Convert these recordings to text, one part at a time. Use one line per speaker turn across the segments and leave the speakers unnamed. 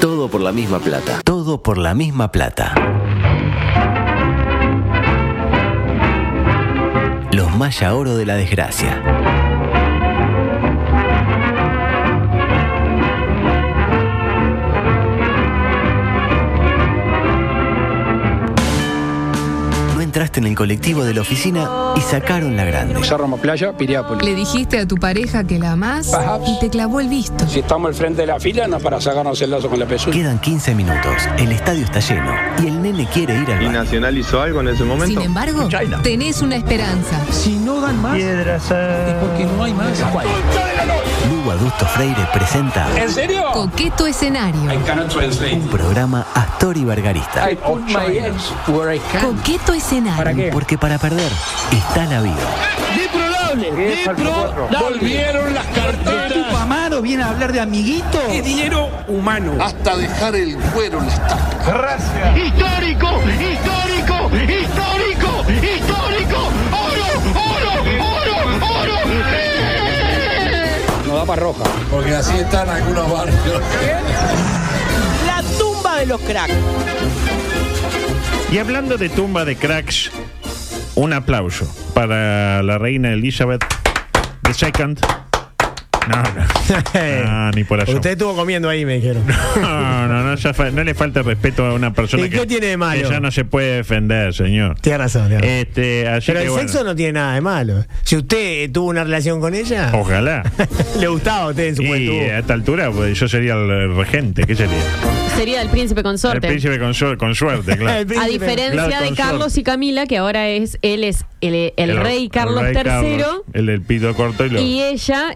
Todo por la misma plata. Todo por la misma plata. Los Maya Oro de la Desgracia. No entraste en el colectivo de la oficina y sacaron la grande.
Cerro Playa, Piriápolis.
Le dijiste a tu pareja que la amás
Ajá.
y te clavó el visto.
Si estamos al frente de la fila, no es para sacarnos el lazo con la pezuña.
Quedan 15 minutos, el estadio está lleno y el nene quiere ir al
¿Y
baño.
Nacional hizo algo en ese
Sin
momento?
embargo, tenés una esperanza.
Lugo Adusto Freire presenta
¿En serio?
Coqueto escenario.
cannot translate.
un programa Astor y Bargarista.
Oh,
put my eggs where I can.
Coqueto escenario.
qué?
Porque para perder está la vida.
Volvieron las carteras.
Amaro viene a hablar de amiguito.
Es dinero humano.
hasta dejar el cuero en la estaca.
histórico, histórico, histórico, histórico, oro, oro, oro, oro. ¡Eh!
Nos da para roja.
Porque así están algunos barrios.
La tumba de los cracks.
Y hablando de tumba de cracks, un aplauso para la reina Elizabeth II. No, no. No, ni por allá.
Usted estuvo comiendo ahí, me dijeron.
No, no, no, se fa- no le falta respeto a una persona
¿Y
que,
qué tiene de malo?
que ya no se puede defender, señor.
Tiene razón, tiene razón.
Este, así
Pero
que
el
bueno,
sexo no tiene nada de malo. Si usted eh, tuvo una relación con ella,
Ojalá.
le gustaba a usted en su
Y a
juventud.
esta altura pues, yo sería el, el regente, ¿qué sería?
Sería el príncipe
El
consorte.
príncipe con, su- con suerte,
El
claro.
príncipe-
a diferencia
Claro,
de
consorte.
Carlos y Camila, que ahora es él es el, el rey Carlos
rey
III.
Carlos, el del pito corto y lo.
Y ella,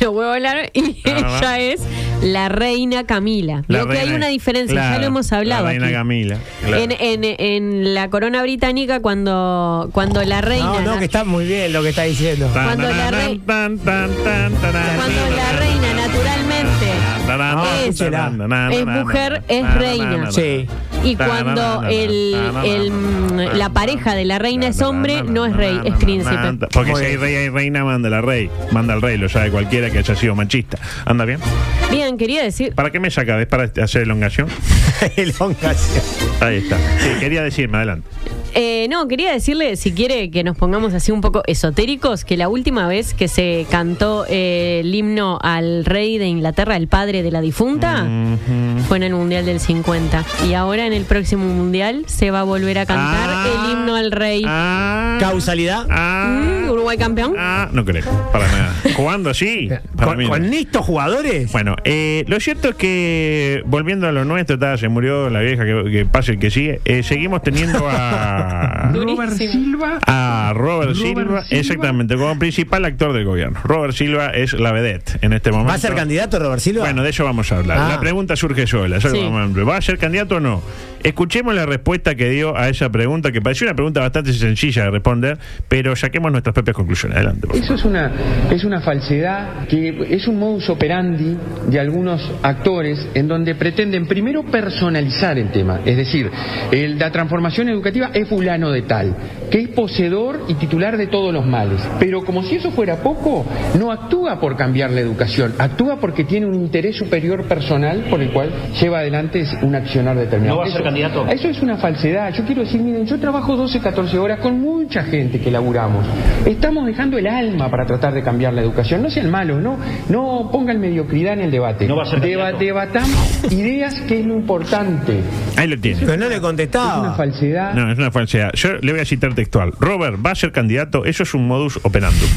lo voy a hablar, y
Ah, va.
ella es la reina Camila.
La
Lo que hay
reina-
una diferencia, ya
claro,
lo hemos hablado.
La reina
aquí.
Camila. claro.
En, en- en la corona británica, cuando, cuando la reina.
No, no, que está muy bien lo que está diciendo.
Tan,
cuando
tan,
la
tan,
rei-
tan, tan, tan, tan, tan,
Cuando
tan,
la
tan,
reina,
tan,
naturalmente,
tan, tan,
No,
tan,
escúchela.
tan, tan, tan,
es
tan,
mujer,
tan,
es
tan,
reina.
tan, tan,
Sí.
Y
tan,
cuando
tan,
el-
tan,
el,
tan,
mm, la
tan,
pareja de la reina
tan,
es
tan,
hombre,
tan,
no es rey,
tan,
es
tan,
príncipe.
tan, tan. Porque
Muy
si hay
bien.
rey, hay reina, manda la rey. Manda el rey, lo sabe cualquiera que haya sido machista. ¿Anda bien?
Bien, quería decir.
¿Para qué me saca? ¿Es para hacer elongación?
Elongación.
Ahí está. Sí, quería decirme, adelante.
Eh, no, quería decirle, si quiere que nos pongamos así un poco esotéricos, que la última vez que se cantó eh, el himno al rey de Inglaterra, el padre de la difunta,
Ujú.
fue en el Mundial del 50. Y ahora en el próximo Mundial se va a volver a cantar
Ah.
el himno al rey.
Ah.
Causalidad.
Ah.
Mm, Uruguay campeón.
Ah, no creo, para nada. Jugando así, para mí
Con,
no.
con estos jugadores.
Bueno, eh, lo cierto es que, volviendo a lo nuestro, ta, se murió la vieja, que, que pase el que sigue, eh, seguimos teniendo a... A Robert, Silva, exactamente, como principal actor del gobierno. Robert Silva es la vedette en este momento.
¿Va a ser candidato Robert Silva?
Bueno, de eso vamos a hablar.
Ah.
La pregunta surge sola. Eso
Sí.
lo vamos a- ¿Va a ser candidato o no? Escuchemos la respuesta que dio a esa pregunta, que pareció una pregunta bastante sencilla de responder, pero saquemos nuestras propias conclusiones. Adelante, por favor.
Eso es una, es una falsedad que es un modus operandi de algunos actores en donde pretenden primero personalizar el tema, es decir, el- la transformación educativa es fulano de tal, que es poseedor y titular de todos los males, pero como si eso fuera poco, no actúa por cambiar la educación, actúa porque tiene un interés superior personal por el cual lleva adelante un accionar determinado.
¿No va a ser
Eso-
candidato?
eso es una falsedad. Yo quiero decir, miren, yo trabajo 12, 14 horas con mucha gente que laburamos. Estamos dejando el alma para tratar de cambiar la educación. No sean malos, no, no pongan mediocridad en el debate.
No va a ser
Deba-
candidato.
debatamos ideas que es lo importante.
Ahí lo tiene.
Pero no le
Es una
contestaba.
falsedad.
No, es una falsedad. Yo le voy a citar textual. Robert va a ser candidato, eso es un modus operandum.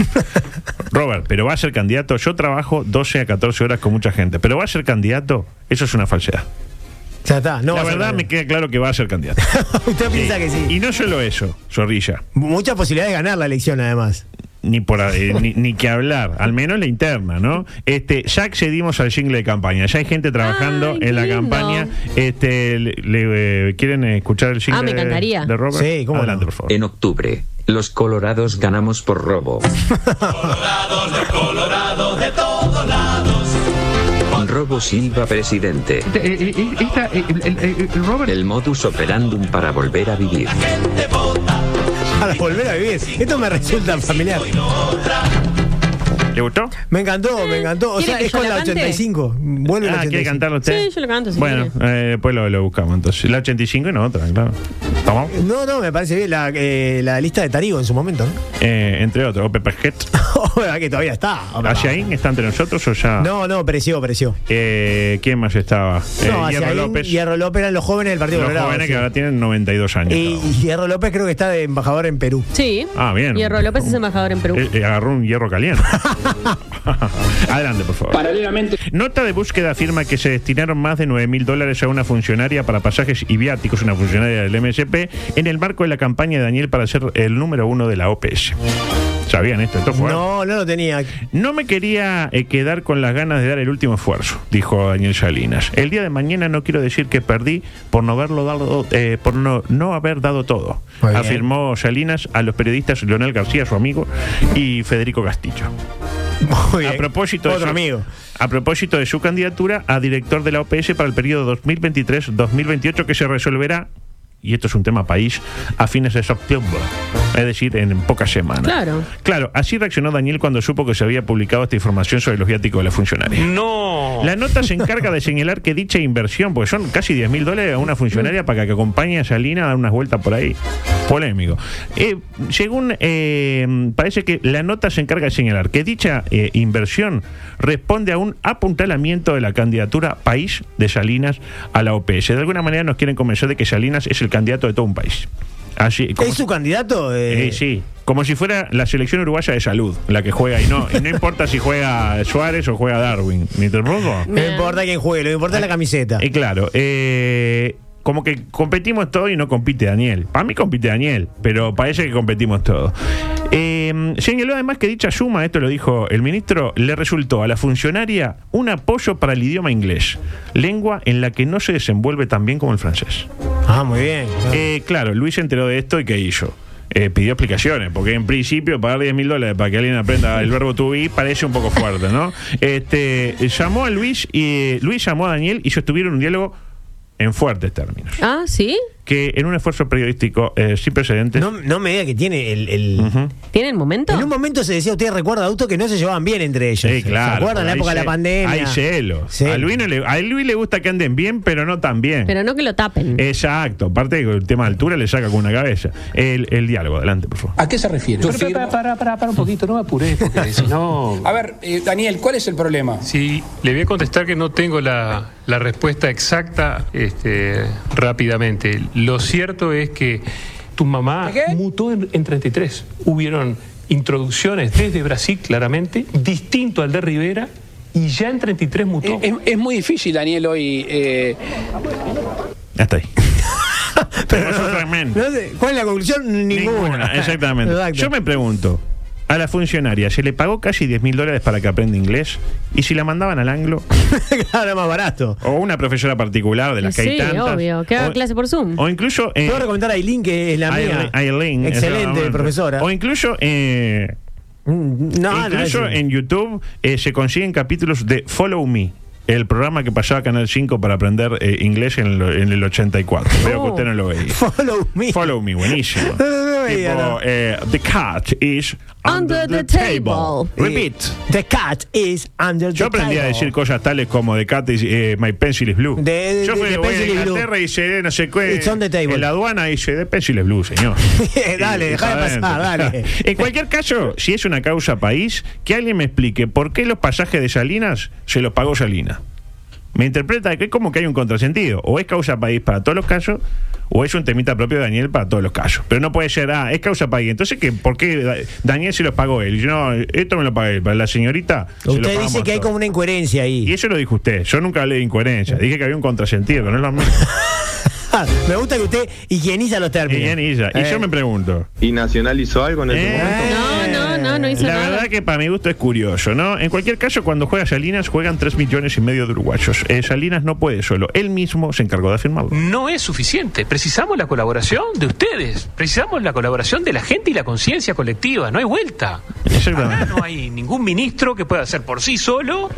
Robert, pero va a ser candidato. Yo trabajo 12 a 14 horas con mucha gente, pero va a ser candidato, eso es una falsedad.
Ya está. No
La
va a ser
verdad me
candidato.
queda claro que va a ser candidato.
Usted piensa que sí.
Y no solo eso, Zorrilla,
Muchas posibilidades de ganar la elección, además.
ni por eh, ni, ni que hablar, al menos la interna, ¿no? Este, ya accedimos al jingle de campaña, ya hay gente trabajando
Ay,
en la
lindo.
campaña. Este, le- le- eh, quieren escuchar el jingle
me
de-
encantaría.
de Robert.
Sí, cómo no. Eh,
Adelante, por favor.
En octubre, los colorados ganamos por robo. Robo Silva presidente.
Te- eh, eh, eh, esta, eh, el- el- el- Robert
El modus operandum para volver a vivir.
Para volver a vivir. Esto me resulta familiar.
¿Le gustó?
Me encantó, me encantó. O
¿Quiere
sea,
que
es
yo
con
la
la
cante?
85. Vuelve la
Ah, ¿quiere
85.
cantarlo usted?
Sí, yo lo canto, si
Bueno, eh, después lo, lo buscamos entonces. La 85 y no otra, claro. ¿Tomamos?
No, no, me parece bien la, eh, la lista de Tarigo en su momento. ¿no?
Eh, entre otros, Ope Pajet.
Ahora que todavía está.
¿Ashaín está entre nosotros o ya?
No, no, pereció, pereció.
Eh, ¿Quién más estaba?
No,
Eh,
hacia ahí, Hierro López eran los jóvenes del Partido
Los
Colorado,
jóvenes
sí. Eh,
que ahora tienen 92 años.
Y
cada uno.
Hierro López creo que está de embajador en Perú.
Sí.
Ah, bien.
Hierro López es embajador en Perú.
Eh, eh, agarró un hierro caliente. Adelante, por favor.
Paralelamente,
Nota de búsqueda afirma que se destinaron más de 9 mil dólares a una funcionaria para pasajes y viáticos, una funcionaria del MSP, en el marco de la campaña de Daniel para ser el número uno de la OPS. ¿Sabían esto? Esto fue.
No, no lo tenía.
No me quería eh, quedar con las ganas de dar el último esfuerzo, dijo Daniel Salinas. El día de mañana no quiero decir que perdí por no haberlo dado, eh, por no, no haber dado todo,
Muy bien.
afirmó Salinas a los periodistas Leonel García, su amigo, y Federico Castillo.
Muy bien.
A propósito, de
Otro
su,
amigo.
a propósito de su candidatura a director de la OPS para el periodo 2023-2028 que se resolverá, y esto es un tema país, a fines de septiembre, es decir, en pocas semanas.
Claro.
Claro, así reaccionó Daniel cuando supo que se había publicado esta información sobre los viáticos de la funcionaria.
no.
La nota se encarga de señalar que dicha inversión, porque son casi 10 mil dólares a una funcionaria para que acompañe a Salina a dar unas vueltas por ahí. Polémico. Eh, según eh, parece que la nota se encarga de señalar que dicha eh, inversión responde a un apuntalamiento de la candidatura país de Salinas a la OPS. De alguna manera nos quieren convencer de que Salinas es el candidato de todo un país. Así, como
¿Es su candidato? Eh,
eh, sí, como si fuera la selección uruguaya de salud la que juega y no, y no importa si juega Suárez o juega Darwin. ¿Me interrumpo?
No importa quién juegue, lo que importa es la camiseta.
Eh, claro, eh, como que competimos todo y no compite Daniel. Para mí compite Daniel, pero parece que competimos todo. Eh, señaló además que dicha suma, esto lo dijo el ministro, le resultó a la funcionaria un apoyo para el idioma inglés, lengua en la que no se desenvuelve tan bien como el francés.
Ah, muy bien.
Eh, claro, Luis se enteró de esto y ¿qué hizo? Eh, pidió explicaciones, porque en principio pagar 10 mil dólares para que alguien aprenda el verbo to be parece un poco fuerte, ¿no? Este, llamó a Luis y eh, Luis llamó a Daniel y sostuvieron un diálogo en fuertes términos.
Ah, sí.
Que en un esfuerzo periodístico eh, sin precedentes.
No, no me diga que tiene el. el-
Ujú.
¿Tienen momento?
En un momento se decía, usted recuerda, auto que no se llevaban bien entre ellos.
Sí, claro.
¿Se acuerdan la
Hay
época de la
ce-
pandemia?
Hay celos.
Sí.
A, Luis no le, a Luis le gusta que anden bien, pero no tan bien.
Pero no que lo tapen.
Eh, Exacto. Aparte que el tema de altura le saca con una cabeza. El, el diálogo, adelante, por favor.
¿A qué se refiere?
Pero para, para, para, para un poquito, no me apuré, porque si no...
A ver, eh, Daniel, ¿cuál es el problema?
Sí, le voy a contestar que no tengo la, la respuesta exacta este, rápidamente. Lo cierto es que tu mamá
¿Qué?
mutó en, en 33. Hubieron introducciones desde Brasil, claramente, distinto al de Rivera, y ya en 33 mutó.
Eh, Es, es muy difícil, Daniel, hoy. eh,
Hasta ahí.
Pero
Es un
no-
fragmento.
no sé, ¿Cuál es la conclusión? Ninguna.
Ninguna, exactamente.
Exacto.
Yo me pregunto, a la funcionaria se le pagó casi 10 mil dólares para que aprenda inglés y si la mandaban al anglo
claro, era más barato.
o una profesora particular de las que hay
Sí,
tantas,
obvio, que haga
o-
clase por Zoom.
O incluso... eh,
Puedo recomendar a Aileen, que es la mía.
Aileen- Aileen,
Excelente
exactamente.
profesora.
O incluso... eh,
Mm, No, no,
incluso
eso-
en YouTube eh, se consiguen capítulos de Follow Me. El programa que pasaba Canal 5 para aprender eh, inglés en, lo- en el 84. Veo que
Oh.
usted no lo veía.
Follow me.
Follow me, buenísimo.
No, no, no,
tipo,
ya no.
eh, the cat is
Under
under,
the
the, table.
Eh,
Repeat.
The cat is under the
Yo aprendí a
table.
decir cosas tales como The cat is, eh, my pencil is blue.
De- de-
Yo fui
de
voy a
pencil is blue.
Inglaterra y hice no sé qué.
It's on the table.
En la aduana hice The pencil is blue, señor.
Dale,
Y- y
dejá de
pa' adentro.
pasar, dale.
en cualquier caso, si es una causa país, que alguien me explique por qué los pasajes de Salinas se los pagó Salinas. Me interpreta que es como que hay un contrasentido. O es causa país para todos los casos, o es un temita propio de Daniel para todos los casos. Pero no puede ser, ah, es causa país. Entonces, ¿qué, ¿por qué Da- Daniel se los pagó él? Yo, No, esto me lo pagué. Para la señorita. se lo
Usted
pagamos
dice que hay
todos.
como una incoherencia
Y
ahí.
eso lo dijo usted. Yo nunca hablé de incoherencia. Dije que había un contrasentido, pero no es lo mismo.
Ah, me gusta que usted higieniza los
Y,
términos.
bien, y ya. Y
Eh.
yo me pregunto.
¿Y nacionalizó algo en
¿eh?
No, no, no, no hizo
La
nada.
verdad que para mi gusto es curioso, ¿no? En cualquier caso, cuando juega Salinas, juegan 3 millones y medio de uruguayos. Eh, Salinas no puede solo. Él mismo se encargó de afirmarlo.
Mm.
No es suficiente. Precisamos la colaboración de ustedes. Precisamos la colaboración de la gente y la conciencia colectiva. No hay vuelta.
Ah,
Exactamente.
Acá no hay ningún ministro que pueda hacer por sí solo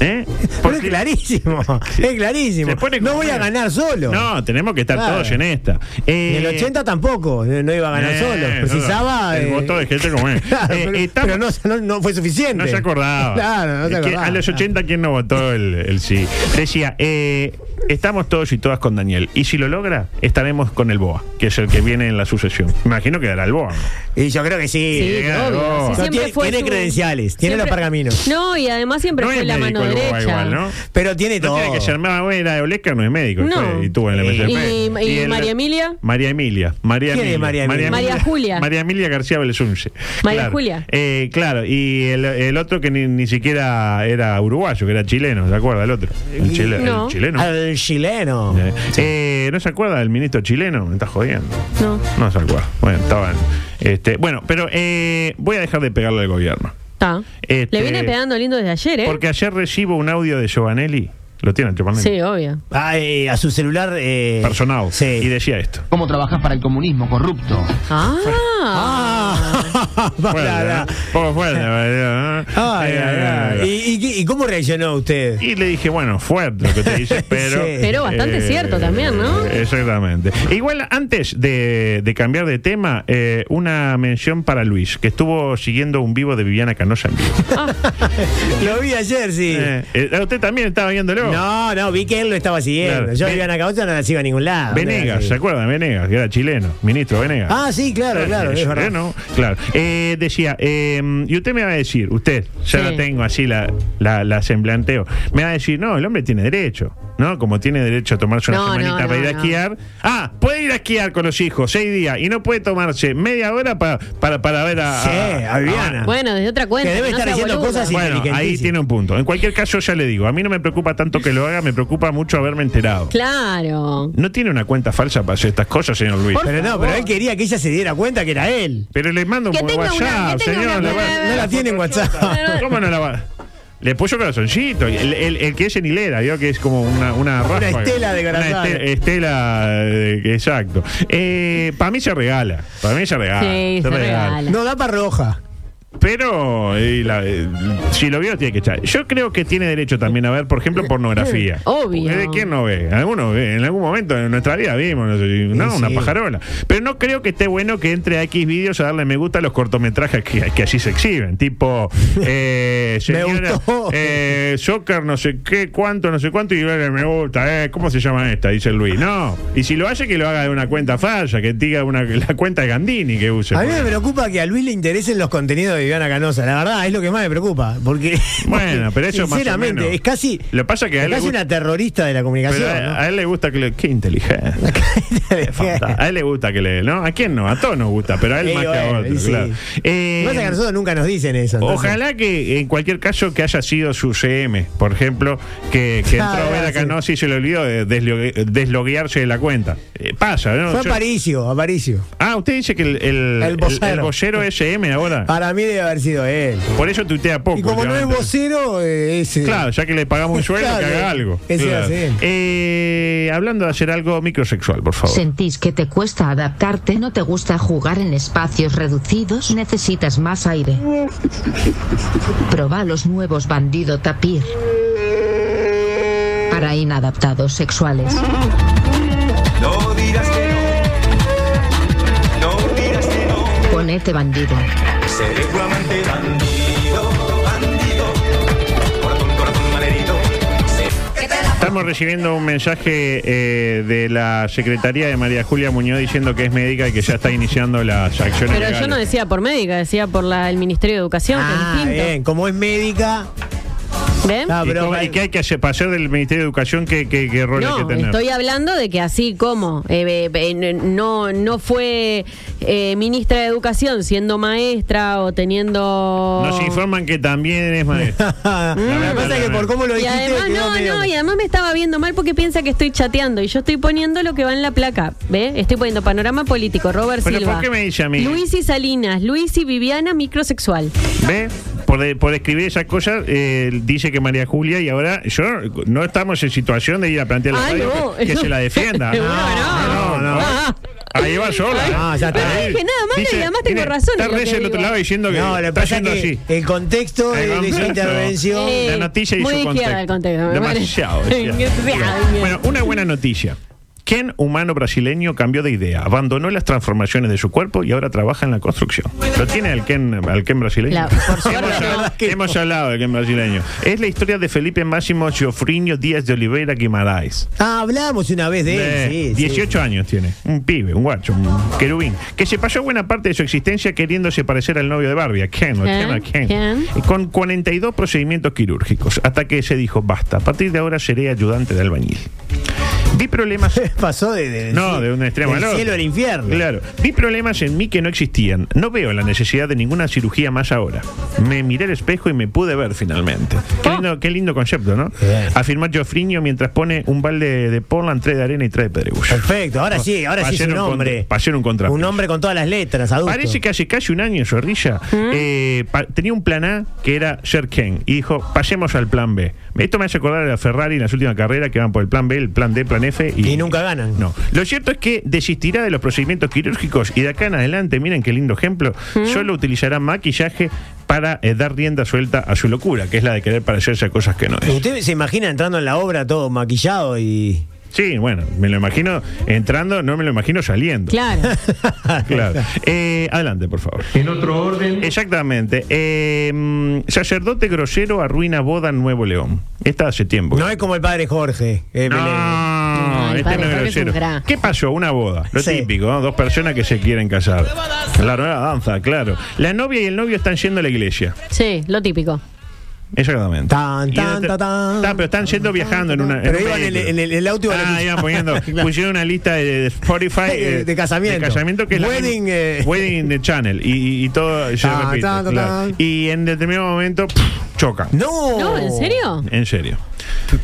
¿Eh?
Pero es clarísimo, es clarísimo. No voy a ganar solo.
No, tenemos que estar
Claro.
todos en esta.
En el
Eh,
80 tampoco, no no iba a ganar
eh,
solo.
no,
Precisaba.
el
eh,
voto de gente como es.
Claro,
Eh,
pero,
estamos-
pero no, no- no fue suficiente.
No se acordaba.
Claro, no se
Es que
acordaba.
A los 80, ¿quién no votó el, el sí? Decía, eh, estamos todos y todas con Daniel. Y si lo logra, estaremos con el BOA, que es el que viene en la sucesión. Imagino que dará el BOA.
Y yo creo que sí.
Sí,
Claro.
obvio, sí,
No,
siempre
tiene-
fue
tiene
su-
credenciales, tiene los pergaminos.
No, y además siempre
No
fue
es
la
médico
mano
el BOA
derecha.
igual, ¿no?
Pero tiene todo.
No tiene que ser más buena de Oleca, no es médico.
No.
fue Y tuvo en el
Y-
MSP.
y
el-
María Emilia.
María Emilia. María
¿Quién es
Emilia.
María Emilia?
María Julia.
María Emilia García Belsunce.
María Julia.
Eh, claro, y el, el otro que ni, ni siquiera era uruguayo, que era chileno, ¿se acuerda? El otro. El, chile- el
No.
chileno.
Al chileno.
Eh, eh, ¿No se acuerda del ministro chileno? Me estás jodiendo.
No.
No se acuerda. Bueno, está bien. Este, bueno, pero eh, voy a dejar de pegarle al gobierno.
Está.
Este-
Le viene pegando lindo desde ayer, ¿eh?
Porque ayer recibo un audio de Giovanelli. Lo tiene el Giovanelli.
Sí, obvio.
Ah, eh, a su celular. Eh,
Personal.
Sí.
Y decía esto.
¿Cómo trabajás para el comunismo corrupto?
Ah.
Ah,
Fuerte,
para-
¿no? Poco fuerte, ¿verdad?
Ay,
Eh,
ay, ay. ¿Y, y- y cómo reaccionó usted?
Y le dije, bueno, fuerte lo que te dice, pero. eh,
Sí.
Pero bastante
Eh,
cierto también, ¿no?
Exactamente. E Igual, antes de, de cambiar de tema, eh, una mención para Luis, que estuvo siguiendo un vivo de Viviana Canosa en vivo.
Lo vi ayer, sí.
Eh, eh, ¿Usted también estaba viéndolo?
No, no, vi que él lo estaba siguiendo.
Claro.
Yo
Ve-
vivía en Acaucha, no la sigo a ningún lado.
Venegas, ¿se
Sí.
acuerdan? Venegas, que era chileno, ministro Venegas.
Ah, sí, claro, claro.
Eh,
es verdad.
chileno, claro. Eh, decía, eh, y usted me va a decir, usted, ya
Sí.
la tengo así, la, la, la semblanteo, me va a decir, no, el hombre tiene derecho, ¿no? Como tiene derecho a tomarse una
No,
semanita
no,
para
no,
ir a
no.
esquiar. Ah, puede ir a esquiar con los hijos seis días y no puede tomarse media hora para, para, para ver a.
Sí, a Viviana.
Bueno, desde otra cuenta.
Que debe
no
estar
sea
diciendo
boludo.
cosas y-
Bueno, ahí
inteligentísimo.
tiene un punto. En cualquier caso, ya le digo, a mí no me preocupa tanto que lo haga, me preocupa mucho haberme enterado.
Claro.
No tiene una cuenta falsa para hacer estas cosas, señor Luis.
Pero no, pero él quería que ella se diera cuenta que era él.
Pero le mando un
Que tenga
WhatsApp,
una- que tenga
señor.
una-
le va-
No la tiene en WhatsApp.
¿Cómo no la va? Le puso corazoncito. El, el- el que es en hilera, ¿vio? Que es como una, una ráfaga.
estela de corazón.
Una este- estela, eh, exacto. para mí se regala. Para mí se
Ah,
regala.
Sí, se regala.
No da para roja.
Pero eh, la- eh, si lo vio, tiene que echar. Yo creo que tiene derecho también a ver, por ejemplo, pornografía.
Obvio.
Porque ¿De quién no ve? Algunos ve. En algún momento en nuestra vida vimos, no, sé, no,
sí.
una pajarola. Pero no creo que esté bueno que entre a X vídeos a darle me gusta a los cortometrajes que, que allí se exhiben. Tipo, eh, señora,
gustó.
eh, soccer, no sé qué, cuánto, no sé cuánto, y eh, me gusta, eh, ¿cómo se llama esta? Dice Luis. No. Y si lo hace, que lo haga de una cuenta falla, que diga una, la cuenta de Gandini que use.
A mí me preocupa que a Luis le interesen los contenidos de Viviana Canosa. La verdad, es lo que más me preocupa. Porque.
Bueno, pero eso más o
Sinceramente,
menos.
es casi.
Lo que pasa es que a
es
él le
casi
gusta-
una terrorista de la comunicación.
Pero eh, a, a él le gusta que le. Qué inteligente. Qué fanta- a él le gusta que le. ¿No? ¿A quién no? A todos nos gusta, pero a él
Eh,
más que a
bueno,
otros,
y sí.
claro. Eh,
Lo que pasa es que a nosotros nunca nos dicen eso. entonces-
Ojalá que en cualquier caso que haya sido su CM, por ejemplo, que, que entró
Ah,
a ver a
sí.
Canosi y se le olvidó de deslogue- desloguearse de la cuenta. Eh, pasa, ¿no?
Fue
Yo-
Aparicio, Aparicio.
ah, usted dice que el, el,
El vocero.
vocero es CM ahora.
Para mí debe haber sido él.
Por eso tuitea poco.
Y como no es
últimamente.
vocero, eh, ese.
Claro, ya que le pagamos un sueldo,
Claro,
que haga algo.
que sea
Claro.
así.
Eh, hablando de hacer algo microsexual, por favor.
¿Sentís que te cuesta adaptarte? ¿No te gusta jugar en espacios reducidos? ¿Necesitas más aire? Proba los nuevos Bandido Tapir. Para inadaptados sexuales. Ponete bandido.
Estamos recibiendo un mensaje eh, de la secretaría de María Julia Muñoz diciendo que es médica y que ya está iniciando las acciones.
Pero yo no
legales.
decía por médica, decía por la, el Ministerio de Educación,
Ah,
que ¿Eh? es
bien,
distinto.
como es médica.
¿Ven?
Ah,
¿Y,
pero-
cómo- y qué hay que hacer para ser del Ministerio de Educación? ¿Qué, qué, qué rol hay
No,
que tener?
estoy hablando de que así como eh, eh, eh, no, no fue eh, ministra de Educación siendo maestra o teniendo...
Nos informan que también es
Lo
maestra.
que pasa es que por cómo lo
y
dijiste.
además,
quedó
no,
medio-
no, y además me estaba viendo mal porque piensa que estoy chateando y yo estoy poniendo lo que va en la placa. ¿Ve? Estoy poniendo panorama político, Robert
Pero
Silva.
¿por qué me dice a mí?
Luis y Salinas, Luis y Viviana, microsexual.
¿Ve? Por, de- por escribir esas cosas, eh, dice que María Julia, y ahora yo no estamos en situación de ir a plantear la
Ah,
radio
no.
que, que se la defienda.
Seguro que no.
no, no.
Ah.
Ahí va sola.
No, ya está.
Ahí.
No dije nada malo y además tengo
mire,
razón.
Está
en lo que
Reyes del otro
digo.
lado diciendo que
No, lo que
está
pasa es
haciendo
que
así.
el contexto de,
El
de su
contexto.
intervención.
Sí.
La noticia y
Muy
su
de izquierda el contexto, me parece.
Demasiado. demasiado.
Demasiado.
bueno, una buena noticia. Ken, humano brasileño, cambió de idea, abandonó las transformaciones de su cuerpo y ahora trabaja en la construcción. ¿Lo tiene al Ken, al Ken brasileño?
La- por suerte
hemos,
no.
hablado, hemos hablado del Ken brasileño. Es la historia de Felipe Máximo Giofriño Díaz de Oliveira Guimarães.
Ah, hablamos una vez de, él.
Eh,
sí, Eh. sí.
18 años tiene, un pibe, un guacho, un querubín, que se pasó buena parte de su existencia queriéndose parecer al novio de Barbie, a Ken, a Ken, a
Ken,
Ken.
Ken.
Y con 42 procedimientos quirúrgicos, hasta que se dijo, basta, a partir de ahora seré ayudante de albañil. Vi problemas...
Pasó de, de-
No, de un extremo
del
al otro.
cielo al infierno.
Claro. Vi problemas en mí que no existían. No veo la necesidad de ninguna cirugía más ahora. Me miré al espejo y me pude ver finalmente. Qué lindo, qué lindo concepto, ¿no?
Bien.
Afirmó Jofriño mientras pone un balde de Portland, tres de arena y tres de pedregullo.
Perfecto, ahora sí, ahora sí es
Pasaron
un
con-
hombre.
pasaron un contrapeso.
Un hombre con todas las letras, adulto.
Parece que hace casi un año, Zorrilla, eh, pa- tenía un plan A que era ser Ken. Y dijo, pasemos al plan B. Esto me hace acordar a la Ferrari en las últimas carreras que van por el plan B, el plan D, plan F.
Y nunca ganan.
No. Lo cierto es que desistirá de los procedimientos quirúrgicos y de acá en adelante, miren qué lindo ejemplo, solo utilizará maquillaje para eh, dar rienda suelta a su locura, que es la de querer parecerse a cosas que no es.
¿Usted se imagina entrando en la obra todo maquillado y.
Sí, bueno, me lo imagino entrando, no me lo imagino saliendo.
Claro.
Claro. Eh, adelante, por favor.
En otro orden,
Exactamente. Eh, mm, sacerdote grosero arruina boda en Nuevo León. Esta hace tiempo.
No es como el padre Jorge. eh, Belén.
No,
el
este
padre
no es
Jorge es un
grosero.
gran.
¿Qué pasó? Una boda. Lo
Sí.
típico, ¿no? Dos personas que se quieren casar. La nueva danza, claro. La novia y el novio están yendo a la iglesia.
Sí, lo típico.
Exactamente.
Tan,
Y
tan,
de-
tan, tan.
Ta, pero están yendo viajando en una.
Pero
en un
iban en el-
vehículo.
en el- el auto iban
Ah,
escuchando.
iban poniendo.
Claro.
Pusieron una lista de, de Spotify. eh,
De- de casamiento.
De casamiento que es la
Wedding,
misma-
eh.
Wedding de Channel. Y, y- y todo se
Tan,
repite.
tan, tan,
claro.
tan.
Y en determinado momento pff, chocan.
No.
Oh.
No, ¿en serio?
En serio.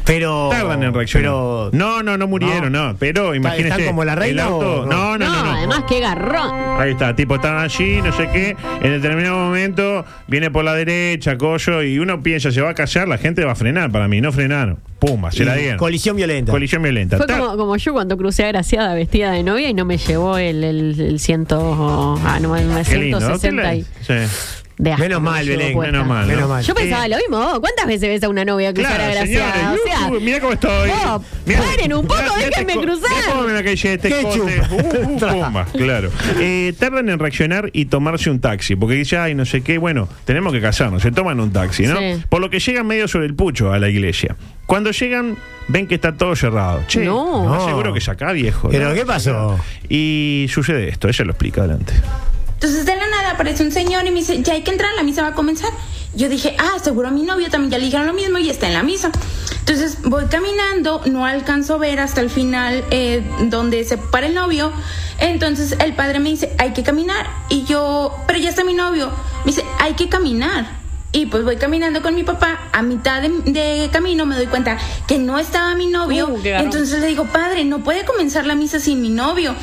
Pero.
Tardan en reaccionar.
Pero.
no, no, no murieron, no. Pero imagínense.
están como la
el
reina
auto-
o
no,
no?
no, no.
No,
no.
además, qué garrón.
Ahí está, tipo, están allí, no sé qué. En determinado momento viene por la derecha, collo, y uno piensa, se va a callar, la gente va a frenar. Para mí, no frenaron. Pumba, se la
Y
dieron.
Colisión violenta.
Colisión violenta.
Fue
Ta-
como, como yo cuando crucé a Graciada vestida de novia y no me llevó el, el, el ciento, ah, no, el
Qué lindo, ¿no?
160 y-
Sí.
de asco
Menos
que me
mal,
llevó
Belén,
puesta.
menos mal.
Menos mal.
Yo pensaba
Eh,
lo mismo. vos, ¿Cuántas veces ves a una novia cruzar a
Claro,
Graciada?
señores.
o sea,
uh, mirá cómo estoy.
vos, paren un poco, déjenme
este co-
cruzar.
mirá cómo me la caí, este
Qué
cote.
chupa.
Uh, uh, pumba, claro. Eh, tardan en reaccionar y tomarse un taxi. Porque dice, ay, no sé qué, bueno, tenemos que casarnos. Se toman un taxi, ¿no?
Sí.
Por lo que llegan medio sobre el pucho a la iglesia. Cuando llegan, ven que está todo cerrado. Che,
No.
¿estás
No.
seguro que es acá, viejo.
¿Pero
No,
qué pasó?
Y sucede esto, ella lo explica adelante.
Entonces de la nada aparece un señor y me dice, ya hay que entrar, la misa va a comenzar. Yo dije, ah, seguro a mi novio también ya le dijeron lo mismo y está en la misa. Entonces voy caminando, no alcanzo a ver hasta el final eh, donde se para el novio. Entonces el padre me dice, hay que caminar. Y yo, pero ya está mi novio. Me dice, hay que caminar. Y pues voy caminando con mi papá, a mitad de, de camino me doy cuenta que no estaba mi novio.
Uh, qué garrón.
entonces le digo, padre, no puede comenzar la misa sin mi novio.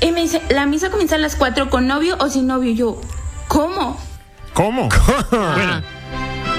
Y me dice, la misa comienza a las 4 con novio o sin novio. Yo, ¿cómo?
¿Cómo? Bueno,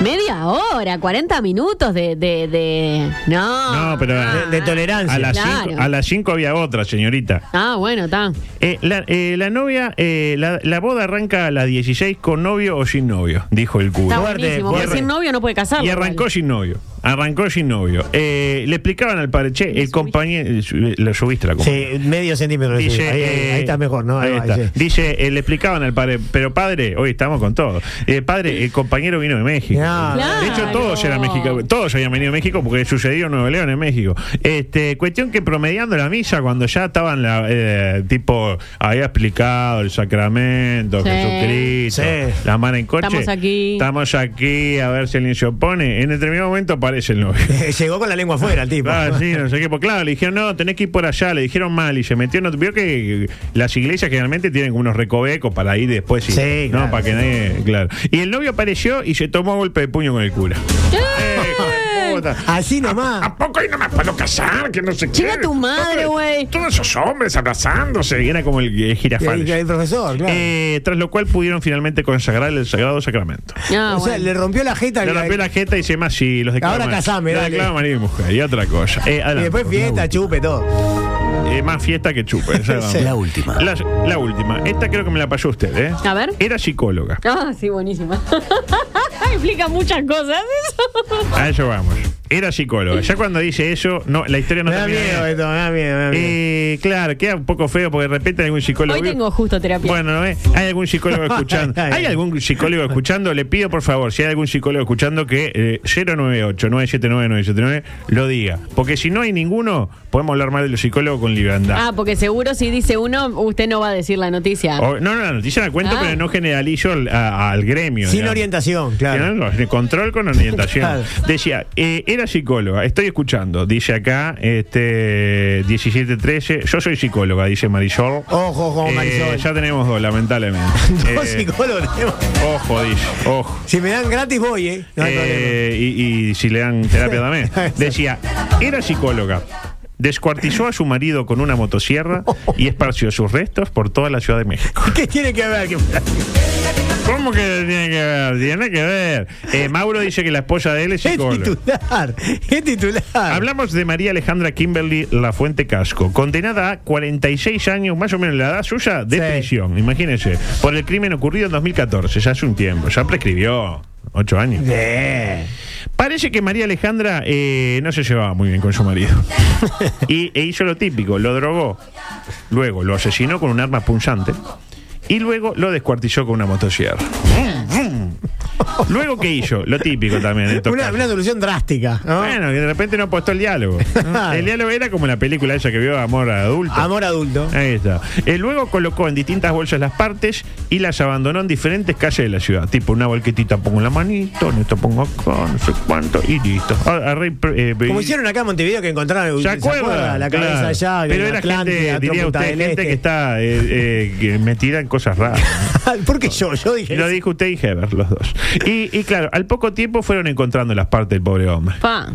Media hora, 40 minutos de. de, de- No.
No, pero-
Ah.
De- de tolerancia.
a las
Claro.
5 a las cinco había otra, señorita.
Ah, bueno, está.
Eh, la, eh, la novia, eh, la, la boda arranca a las 16 con novio o sin novio, dijo el
Está
cura.
buenísimo. Porque
fuerte.
sin novio no puede casarse.
Y arrancó sin novio. Arrancó sin novio. Eh, le explicaban al padre, che, el compañero. eh, Lo subiste la compañía.
Sí, medio centímetro. sí.
Dice,
Ahí, ahí-
eh,
ahí está mejor, ¿no?
ahí
va,
está.
sí.
Dice, eh, le explicaban al padre, pero padre, hoy estamos con todo. Eh, padre, el compañero vino de México.
Claro.
De hecho, todos eran México, todos habían venido a México porque sucedió en Nuevo León, en México. Este, cuestión que promediando la misa, cuando ya estaban la, eh, tipo, había explicado el sacramento,
Sí.
Jesucristo,
Sí.
la mano en coche.
Estamos aquí.
Estamos aquí, a ver si alguien se opone. En determinado momento aparece el novio.
Llegó con la lengua afuera el tipo.
Ah, sí, no sé qué. Pues claro, le dijeron, no, tenés que ir por allá. Le dijeron mal y se metieron. Vio que las iglesias generalmente tienen como unos recovecos para ir después. Y,
Sí,
no,
claro.
para que nadie. Claro. Y el novio apareció y se tomó golpe de puño con el cura. Eh, hijo de puta.
Así nomás.
¿A poco ahí no me puedo casar? Que no sé qué.
Chinga tu madre,
Todos-
güey.
Todos esos hombres abrazándose. Y era como el, eh, jirafal.
El, el profesor, claro.
Eh, tras lo cual pudieron finalmente consagrar el Sagrado Sacramento.
Ah,
o sea,
bueno.
le rompió la jeta.
Le
al-
rompió la jeta y se llama así. Los declama,
Ahora casame,
los
dale.
declama marido y mujer y otra cosa. Eh,
y
adelante,
después
por favor.
fiesta, chupe, todo.
eh, más fiesta que chupe. esa era
Sí. La última.
La, la última. Esta creo que me la pasó usted, ¿eh?
A ver.
Era psicóloga.
Ah, sí, buenísima. Explica muchas cosas eso.
A eso vamos. Era psicóloga. Ya cuando dice eso, no, la historia no
Me da
termina.
miedo esto, me da miedo, me da miedo.
Eh, claro, queda un poco feo porque de repente hay algún psicólogo.
Hoy tengo justo terapia.
Bueno, ¿eh? hay algún psicólogo escuchando.
Ay, ay.
¿Hay algún psicólogo escuchando? Le pido por favor, si hay algún psicólogo escuchando, que eh, 098-979-979 lo diga. Porque si no hay ninguno, podemos hablar mal de los psicólogos con libertad.
Ah, porque seguro si dice uno, usted no va a decir la noticia.
O- Oh, no, no, la noticia la cuento,
Ah.
pero no generalizo al, a- al gremio.
Sin
digamos.
orientación, claro.
Tiene algo, de Control con orientación.
Claro.
Decía, eh, era psicóloga, estoy escuchando, dice acá, este 1713, yo soy psicóloga, dice Marisol.
Ojo, ojo,
Eh,
Marisol.
ya tenemos dos, lamentablemente.
Dos
Eh,
psicólogos tenemos.
ojo, dice, ojo.
Si me dan gratis voy, ¿eh? No hay problema.
Eh, y, y si le dan terapia también. Decía, era psicóloga. Descuartizó a su marido con una motosierra y esparció sus restos por toda la Ciudad de México.
¿Qué tiene que ver? ¿Qué-
¿Cómo que tiene que ver? Tiene que ver. Eh, Mauro dice que la esposa de él es
Es
psicóloga.
titular, es titular.
Hablamos de María Alejandra Kimberly Lafuente Casco, condenada a 46 años, más o menos la edad suya, de
Sí.
prisión, imagínense, por el crimen ocurrido en 2014, ya hace un tiempo, ya prescribió, ocho años.
Bien.
Parece que María Alejandra eh, no se llevaba muy bien con su marido. y, e hizo lo típico, lo drogó, luego lo asesinó con un arma punzante y luego lo descuartizó con una motosierra. Luego, ¿qué hizo? Lo típico también. en estos
Una,
casos.
una solución drástica, ¿no?
Bueno, que de repente no apostó el diálogo. el diálogo era como la película esa que vio Amor Adulto.
Amor adulto.
Ahí está. Eh, luego colocó en distintas bolsas las partes y las abandonó en diferentes calles de la ciudad. Tipo, una bolquetita pongo en la manito, en esto pongo acá, no sé cuánto, y listo. A- arre- eh,
Como
y-
hicieron acá en Montevideo que encontraron
¿Se acuerda?
la cabeza
Claro.
allá, en
Pero era
Atlántida,
gente,
otro
diría
Punta
usted,
del
gente
Este.
que está eh, eh, que metida en cosas raras. ¿no?
¿Por qué yo? Yo dije.
Lo dijo usted y Heber, los dos. Y, y claro, al poco tiempo fueron encontrando las partes del pobre hombre.
Pa.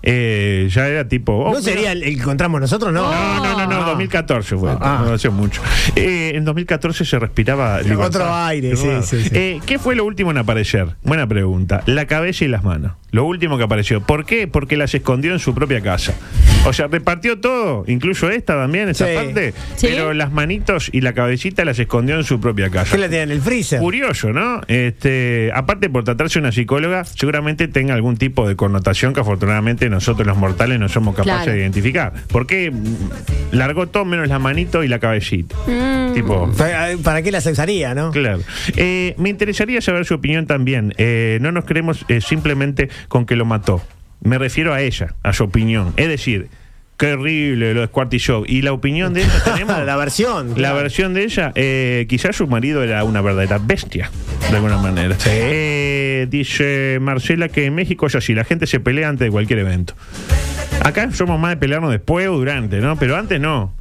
Eh, ya era tipo. oh,
¿No sería el, el que encontramos nosotros? No.
No, no, no, no, 2014 fue.
Ah.
No hace mucho. Eh, en 2014 se respiraba libertad.
Otro aire, sí,
Ah.
sí, sí.
Eh, ¿Qué fue lo último en aparecer? Buena pregunta. La cabeza y las manos. Lo último que apareció. ¿Por qué? Porque las escondió en su propia casa. O sea, repartió todo, incluso esta también, esa
Sí.
parte.
Sí.
Pero las manitos y la cabecita las escondió en su propia casa.
¿Qué la tienen? ¿El freezer?
Curioso, ¿no? Este, aparte, por tratarse de una psicóloga, seguramente tenga algún tipo de connotación que afortunadamente nosotros los mortales no somos capaces
Claro.
de identificar. Porque mm, largó todo menos la manito y la cabecita.
Mm.
Tipo.
¿Para, para qué las usaría, no?
Claro. Eh, me interesaría saber su opinión también. Eh, no nos creemos eh, simplemente con que lo mató. Me refiero a ella, a su opinión. Es decir, qué horrible lo descuartizó. ¿Y la opinión de ella tenemos?
Ah, la versión.
La
claro.
versión de ella, eh, quizás su marido era una verdadera bestia, de alguna manera. Eh, dice Marcela que en México es así, la gente se pelea antes de cualquier evento. Acá somos más de pelearnos después o durante, ¿no? Pero antes no.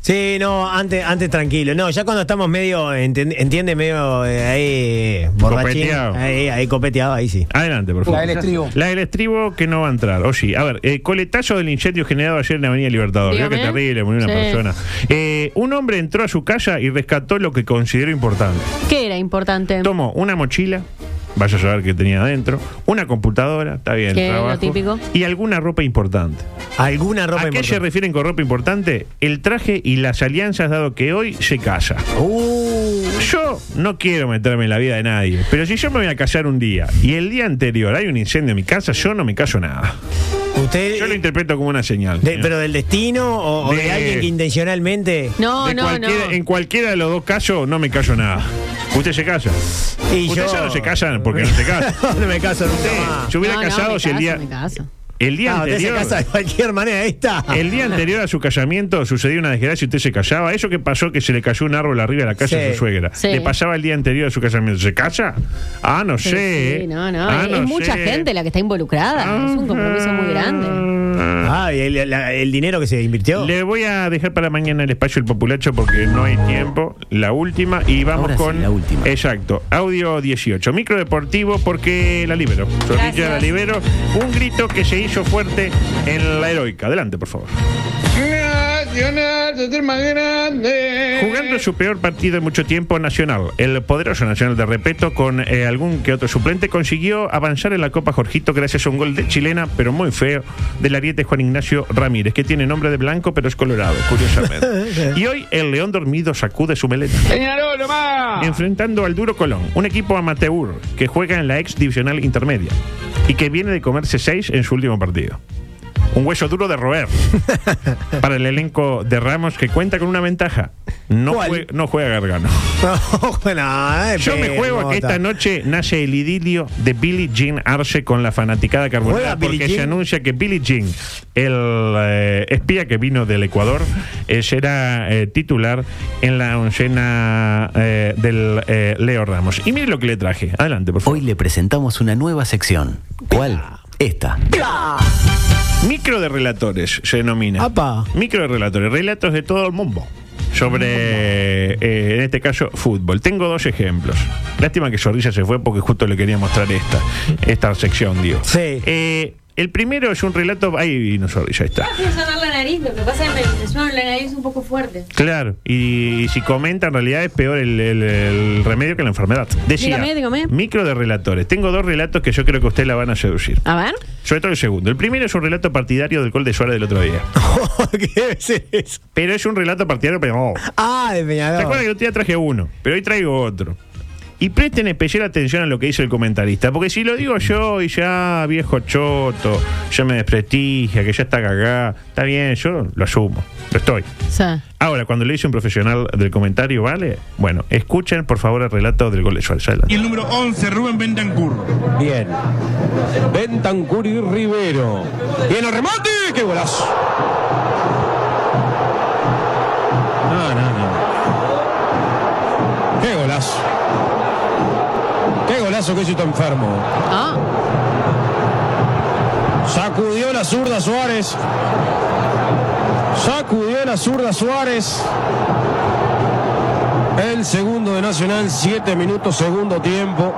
Sí, no, antes, antes tranquilo. No, ya cuando estamos medio, enten- entiende, medio eh, ahí borrachín.
Copeteado.
Ahí, ahí copeteado, ahí sí.
Adelante, por favor.
La del estribo.
La del estribo que no va a entrar. O sí. A ver, eh, coletazo del incendio generado ayer en la Avenida Libertador. Creo que
Dígame.
terrible, murió una
Sí.
persona. Eh, un hombre entró a su casa y rescató lo que consideró importante.
¿Qué era importante?
Tomó una mochila, vaya a saber qué tenía adentro, una computadora, está bien,
Que es lo
trabajo,
típico.
y alguna ropa importante.
Alguna
¿A
ropa
qué se
importante.
refieren con ropa importante? El traje y las alianzas, dado que hoy se casa.
Uh,
Yo no quiero meterme en la vida de nadie, pero si yo me voy a casar un día y el día anterior hay un incendio en mi casa, yo no me caso nada.
usted.
Yo lo interpreto como una señal. Eh,
de- ¿Pero del destino o, o de,
De-
alguien que intencionalmente.?
No,
De
no,
cualquiera-
no.
En cualquiera de los dos casos no me callo nada. Usted se calla.
Y
Usted
yo-
ya no se callan porque no se casan.
no me caso nunca
Usted
más.
se hubiera
Ah. No, no,
casado
me
si el
caso,
día.
me caso.
El día
Ah, usted se
anterior.
casa de cualquier manera, ahí está.
El día anterior a su casamiento sucedió una desgracia y usted se callaba. Eso que pasó que se le cayó un árbol arriba de la casa de
Sí.
su suegra.
Sí.
Le pasaba el día anterior a su casamiento. ¿Se calla? Ah, no
Sí,
sé.
sí, no, no.
Ah,
es es mucha
sé.
gente la que está involucrada. Es un compromiso muy grande.
Ah, y el, la- el dinero que se invirtió.
Le voy a dejar para mañana el espacio el populacho porque no hay tiempo. La última y vamos
Ahora sí,
con.
la última.
Exacto. Audio 18. Microdeportivo porque la libero. Zorrilla la libero. Un grito que se hizo fuerte en la heroica. Adelante, por favor.
¡No!
Nacional se hace más grande.
Jugando su peor partido en mucho tiempo Nacional, el poderoso Nacional de Repeto, con eh, algún que otro suplente, consiguió avanzar en la Copa Jorgito gracias a un gol de chilena, pero muy feo, del ariete Juan Ignacio Ramírez, que tiene nombre de blanco, pero es colorado, curiosamente. y hoy el León Dormido sacude su melena.
Peñarol nomás.
Enfrentando al Duro Colón, un equipo amateur que juega en la ex divisional intermedia y que viene de comerse seis en su último partido. Un hueso duro de roer para el elenco de Ramos que cuenta con una ventaja. No, jue- no juega Gargano.
No, eh,
Yo me juego que
pelota.
esta noche nace el idilio de Billie Jean Arce con la fanaticada
¿Juega
carbonera
Billie
porque
Jean?
se anuncia que Billie Jean, el eh, espía que vino del Ecuador, eh, será eh, titular en la oncena eh, del eh, Leo Ramos. Y mire lo que le traje. Adelante, por favor.
Hoy le presentamos una nueva sección. ¿Cuál? Esta.
Micro de relatores se denomina. Micro de relatores, relatos de todo el mundo. Sobre, eh, en este caso, fútbol. Tengo dos ejemplos. Lástima que Zorrilla se fue porque justo le quería mostrar esta, esta sección, digo. Eh, el primero es un relato. Ahí vino Zorrilla, ahí está.
Quiero sonar la nariz, lo que pasa es que me, me suena la nariz un poco fuerte.
Claro, y, si comenta, en realidad es peor el, el- el remedio que la enfermedad. Decía,
Dígame, dígame.
micro de relatores. Tengo dos relatos que yo creo que ustedes la van a seducir.
A ver.
Sobre todo el segundo. El primero es un relato partidario del gol de Suárez del otro día.
Oh, ¿Qué es eso?
Pero es un relato partidario Peñarol.
Ah, de
¿Se acuerdan
Peñarol.
que el otro día traje uno? Pero hoy traigo otro. Y presten especial atención a lo que dice el comentarista, porque si lo digo yo y ya viejo choto, ya me desprestigia, que ya está cagá, está bien, yo lo asumo, lo estoy. Ahora, cuando le dice un profesional del comentario, ¿vale? Bueno, escuchen por favor el relato del gol de Suárez. Adelante.
Y el número 11, Rubén Bentancur. Bien. Bentancur y Rivero. Bien el remate. ¡Qué golazo! No, no, no. ¡Qué golazo! ¡Qué golazo que hizo este enfermo!
Ah.
Sacudió la zurda Suárez. Sacudió la zurda Suárez. El segundo de Nacional, 7 minutos, segundo tiempo.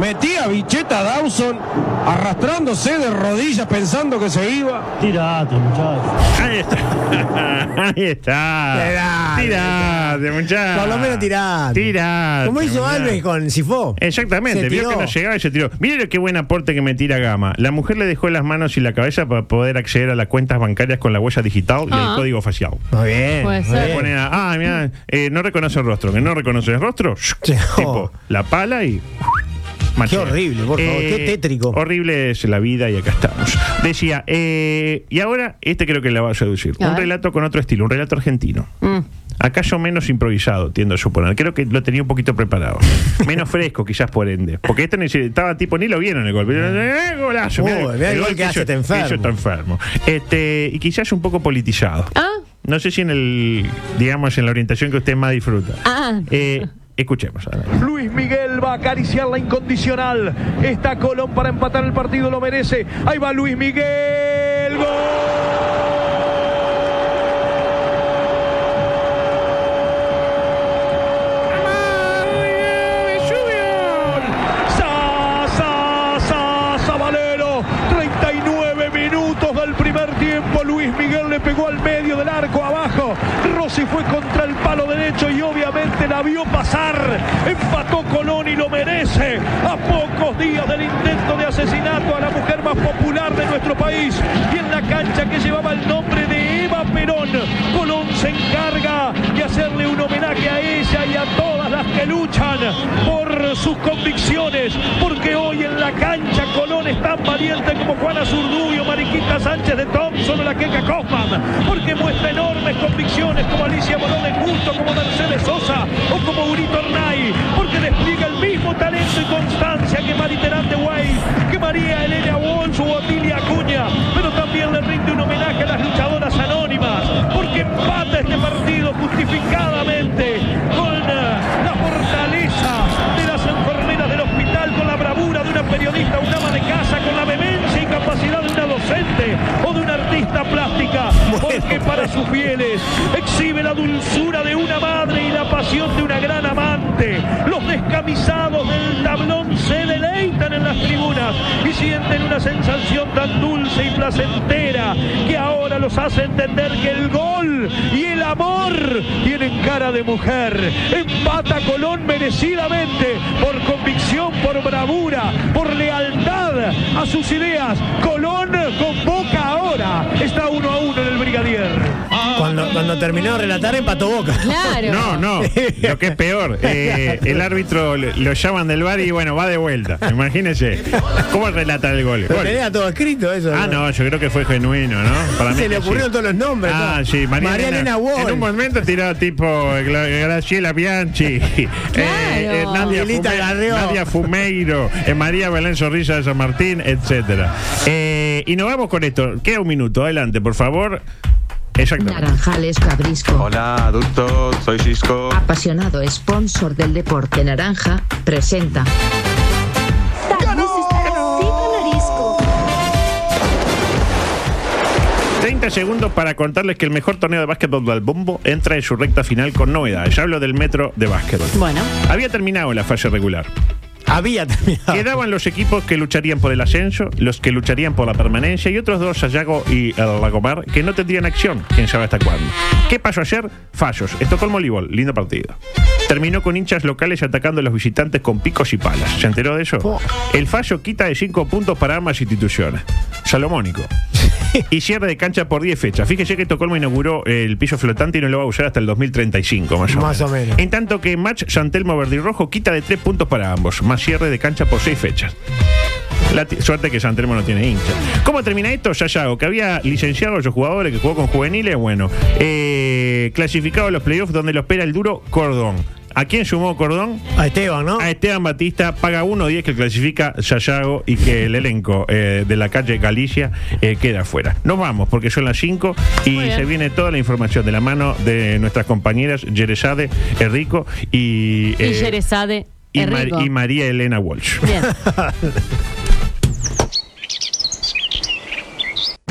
Metía bicheta a Dawson, arrastrándose de rodillas pensando que se iba. Tirate, muchachos.
Ahí está. Ahí está.
Tirate,
Tirate, muchachos.
Por lo menos tirate.
Tirate.
Como hizo
muchacho.
Alves con Sifó.
Exactamente,
Se
vio
tiró.
que no llegaba y se tiró. Mire qué buen aporte que me tira Gama. La mujer le dejó las manos y la cabeza para poder acceder a las cuentas bancarias con la huella digital y
Ah.
el código facial.
Muy bien.
Puede
muy
ser.
Le
bien.
ponen a- ah, mira, eh, no reconoce el rostro. Que no reconoce el rostro, tipo, la pala y.
Qué
machea.
horrible, por favor.
Eh,
Qué tétrico.
Horrible es la vida y acá estamos. Decía, eh, y ahora este creo que la va a seducir.
A
un
ver. Mm.
relato con otro estilo, un relato argentino. Acaso menos improvisado, tiendo a suponer. Creo que lo tenía un poquito preparado. Menos fresco, quizás por ende. Porque este ni se- estaba tipo, ni lo vieron el golpe. ¡Eh, golazo!
Uy, mirá el gol que hace
hizo-
este enfermo.
hizo este enfermo. Este, y quizás un poco politizado.
Ah,
No sé si en el, digamos, en la orientación que usted más disfruta.
ah.
Eh, escuchemos. a ver.
Luis Miguel va a acariciar la incondicional. Está Colón para empatar el partido, lo merece. Ahí va Luis Miguel. ¡Gol! Sa, sa, sa, Sabalero. 39 minutos del primer tiempo. Luis Miguel le pegó al medio del arco abajo. Rossi fue contra el palo derecho y obviamente la vio pasar. Empató Colón y lo merece. A pocos días del intento de asesinato a la mujer más popular de nuestro país. Y en la cancha que llevaba el nombre de Eva Perón, Colón se encarga de hacerle un homenaje a ella y a todas las que luchan por sus convicciones, porque hoy en la cancha Colón es tan valiente como Juana Zurduyo, Mariquita Sánchez de Thompson o la Queca Kaufman, porque muestra enormes convicciones como Alicia Bolón de Justo, como Mercedes Sosa o como Urito Arnay, porque despliega el mismo talento y constancia que Mariterán de Guay, que María Elena Walsh o Otilia Acuña, pero también le rinde un homenaje a las luchadoras anónimas, porque empata este partido justificadamente con eh, la fortaleza de las enfermeras del hospital, con la bravura de una periodista, un ama de casa, con la vehemencia y capacidad de una docente o de una artista plástica, porque para sus fieles exhibe la dulzura de una madre y la pasión de una gran amante. Los descamisados del tablón se deleitan en las tribunas y sienten una sensación tan dulce bella y placentera que ahora los hace entender que el gol y el amor tienen cara de mujer. Empata Colón merecidamente por convicción, por bravura, por lealtad a sus ideas. Colón convoca ahora. Está uno a uno en el Brigadier.
Ah.
Cuando, cuando terminó de relatar, empató boca.
No, no. Lo que es peor, eh, el árbitro lo lo llaman del bar y bueno, va de vuelta. Imagínese. ¿Cómo relata el gol?
Pero
Gol.
tenía todo escrito eso.
Ah, no, yo creo que fue genuino, ¿no?
Se le
que
ocurrieron todos los nombres,
Ah,
todo.
sí, María,
María Elena Wall.
En un momento tiró tipo Gla- Graciela Bianchi, eh, eh, Nadia,
Miguelita
Fume-
Garrido.
Nadia Fumeiro, eh, María Belén Zorrilla de San Martín, etcétera. Eh, y nos vamos con esto. Queda un minuto, adelante, por favor. Exactamente.
Naranjales Cabrisco.
Hola, adulto, soy Cisco.
Apasionado sponsor del deporte naranja, presenta.
Tal vez está así con arisco.
30 segundos para contarles que el mejor torneo de básquetbol del bombo entra en su recta final con novedades. Ya hablo del metro de básquetbol.
Bueno.
Había terminado la fase regular.
Había terminado.
Quedaban los equipos que lucharían por el ascenso, los que lucharían por la permanencia y otros dos, Sayago y Lagomar, que no tendrían acción, quién sabe hasta cuándo. ¿Qué pasó ayer? Fallos. Estocolmo Olivol, lindo partido. Terminó con hinchas locales atacando a los visitantes con picos y palas. ¿Se enteró de eso? El fallo quita de 5 puntos para ambas instituciones. Salomónico. Y cierre de cancha por 10 fechas. Fíjese que Estocolmo inauguró el piso flotante y no lo va a usar hasta el 2035, más o
Más o menos.
en tanto que Match Santelmo Verde y Rojo quita de tres puntos para ambos, más cierre de cancha por seis fechas. La ti- suerte que Santelmo no tiene hincha. ¿Cómo termina esto? Yayago, que había licenciado a los jugadores que jugó con juveniles, bueno, eh, clasificado a los playoffs donde lo espera el duro Cordón. ¿A quién sumó Cordón?
A Esteban, ¿no?
A Esteban Batista paga 1.10 que clasifica Sayago y que el elenco eh, de la calle Galicia eh, queda afuera. Nos vamos porque son las 5 y se viene toda la información de la mano de nuestras compañeras Yerezade, Enrico y,
y
eh,
Yerezade.
y,
es
Mar-
rico.
y María Elena Walsh.
Bien.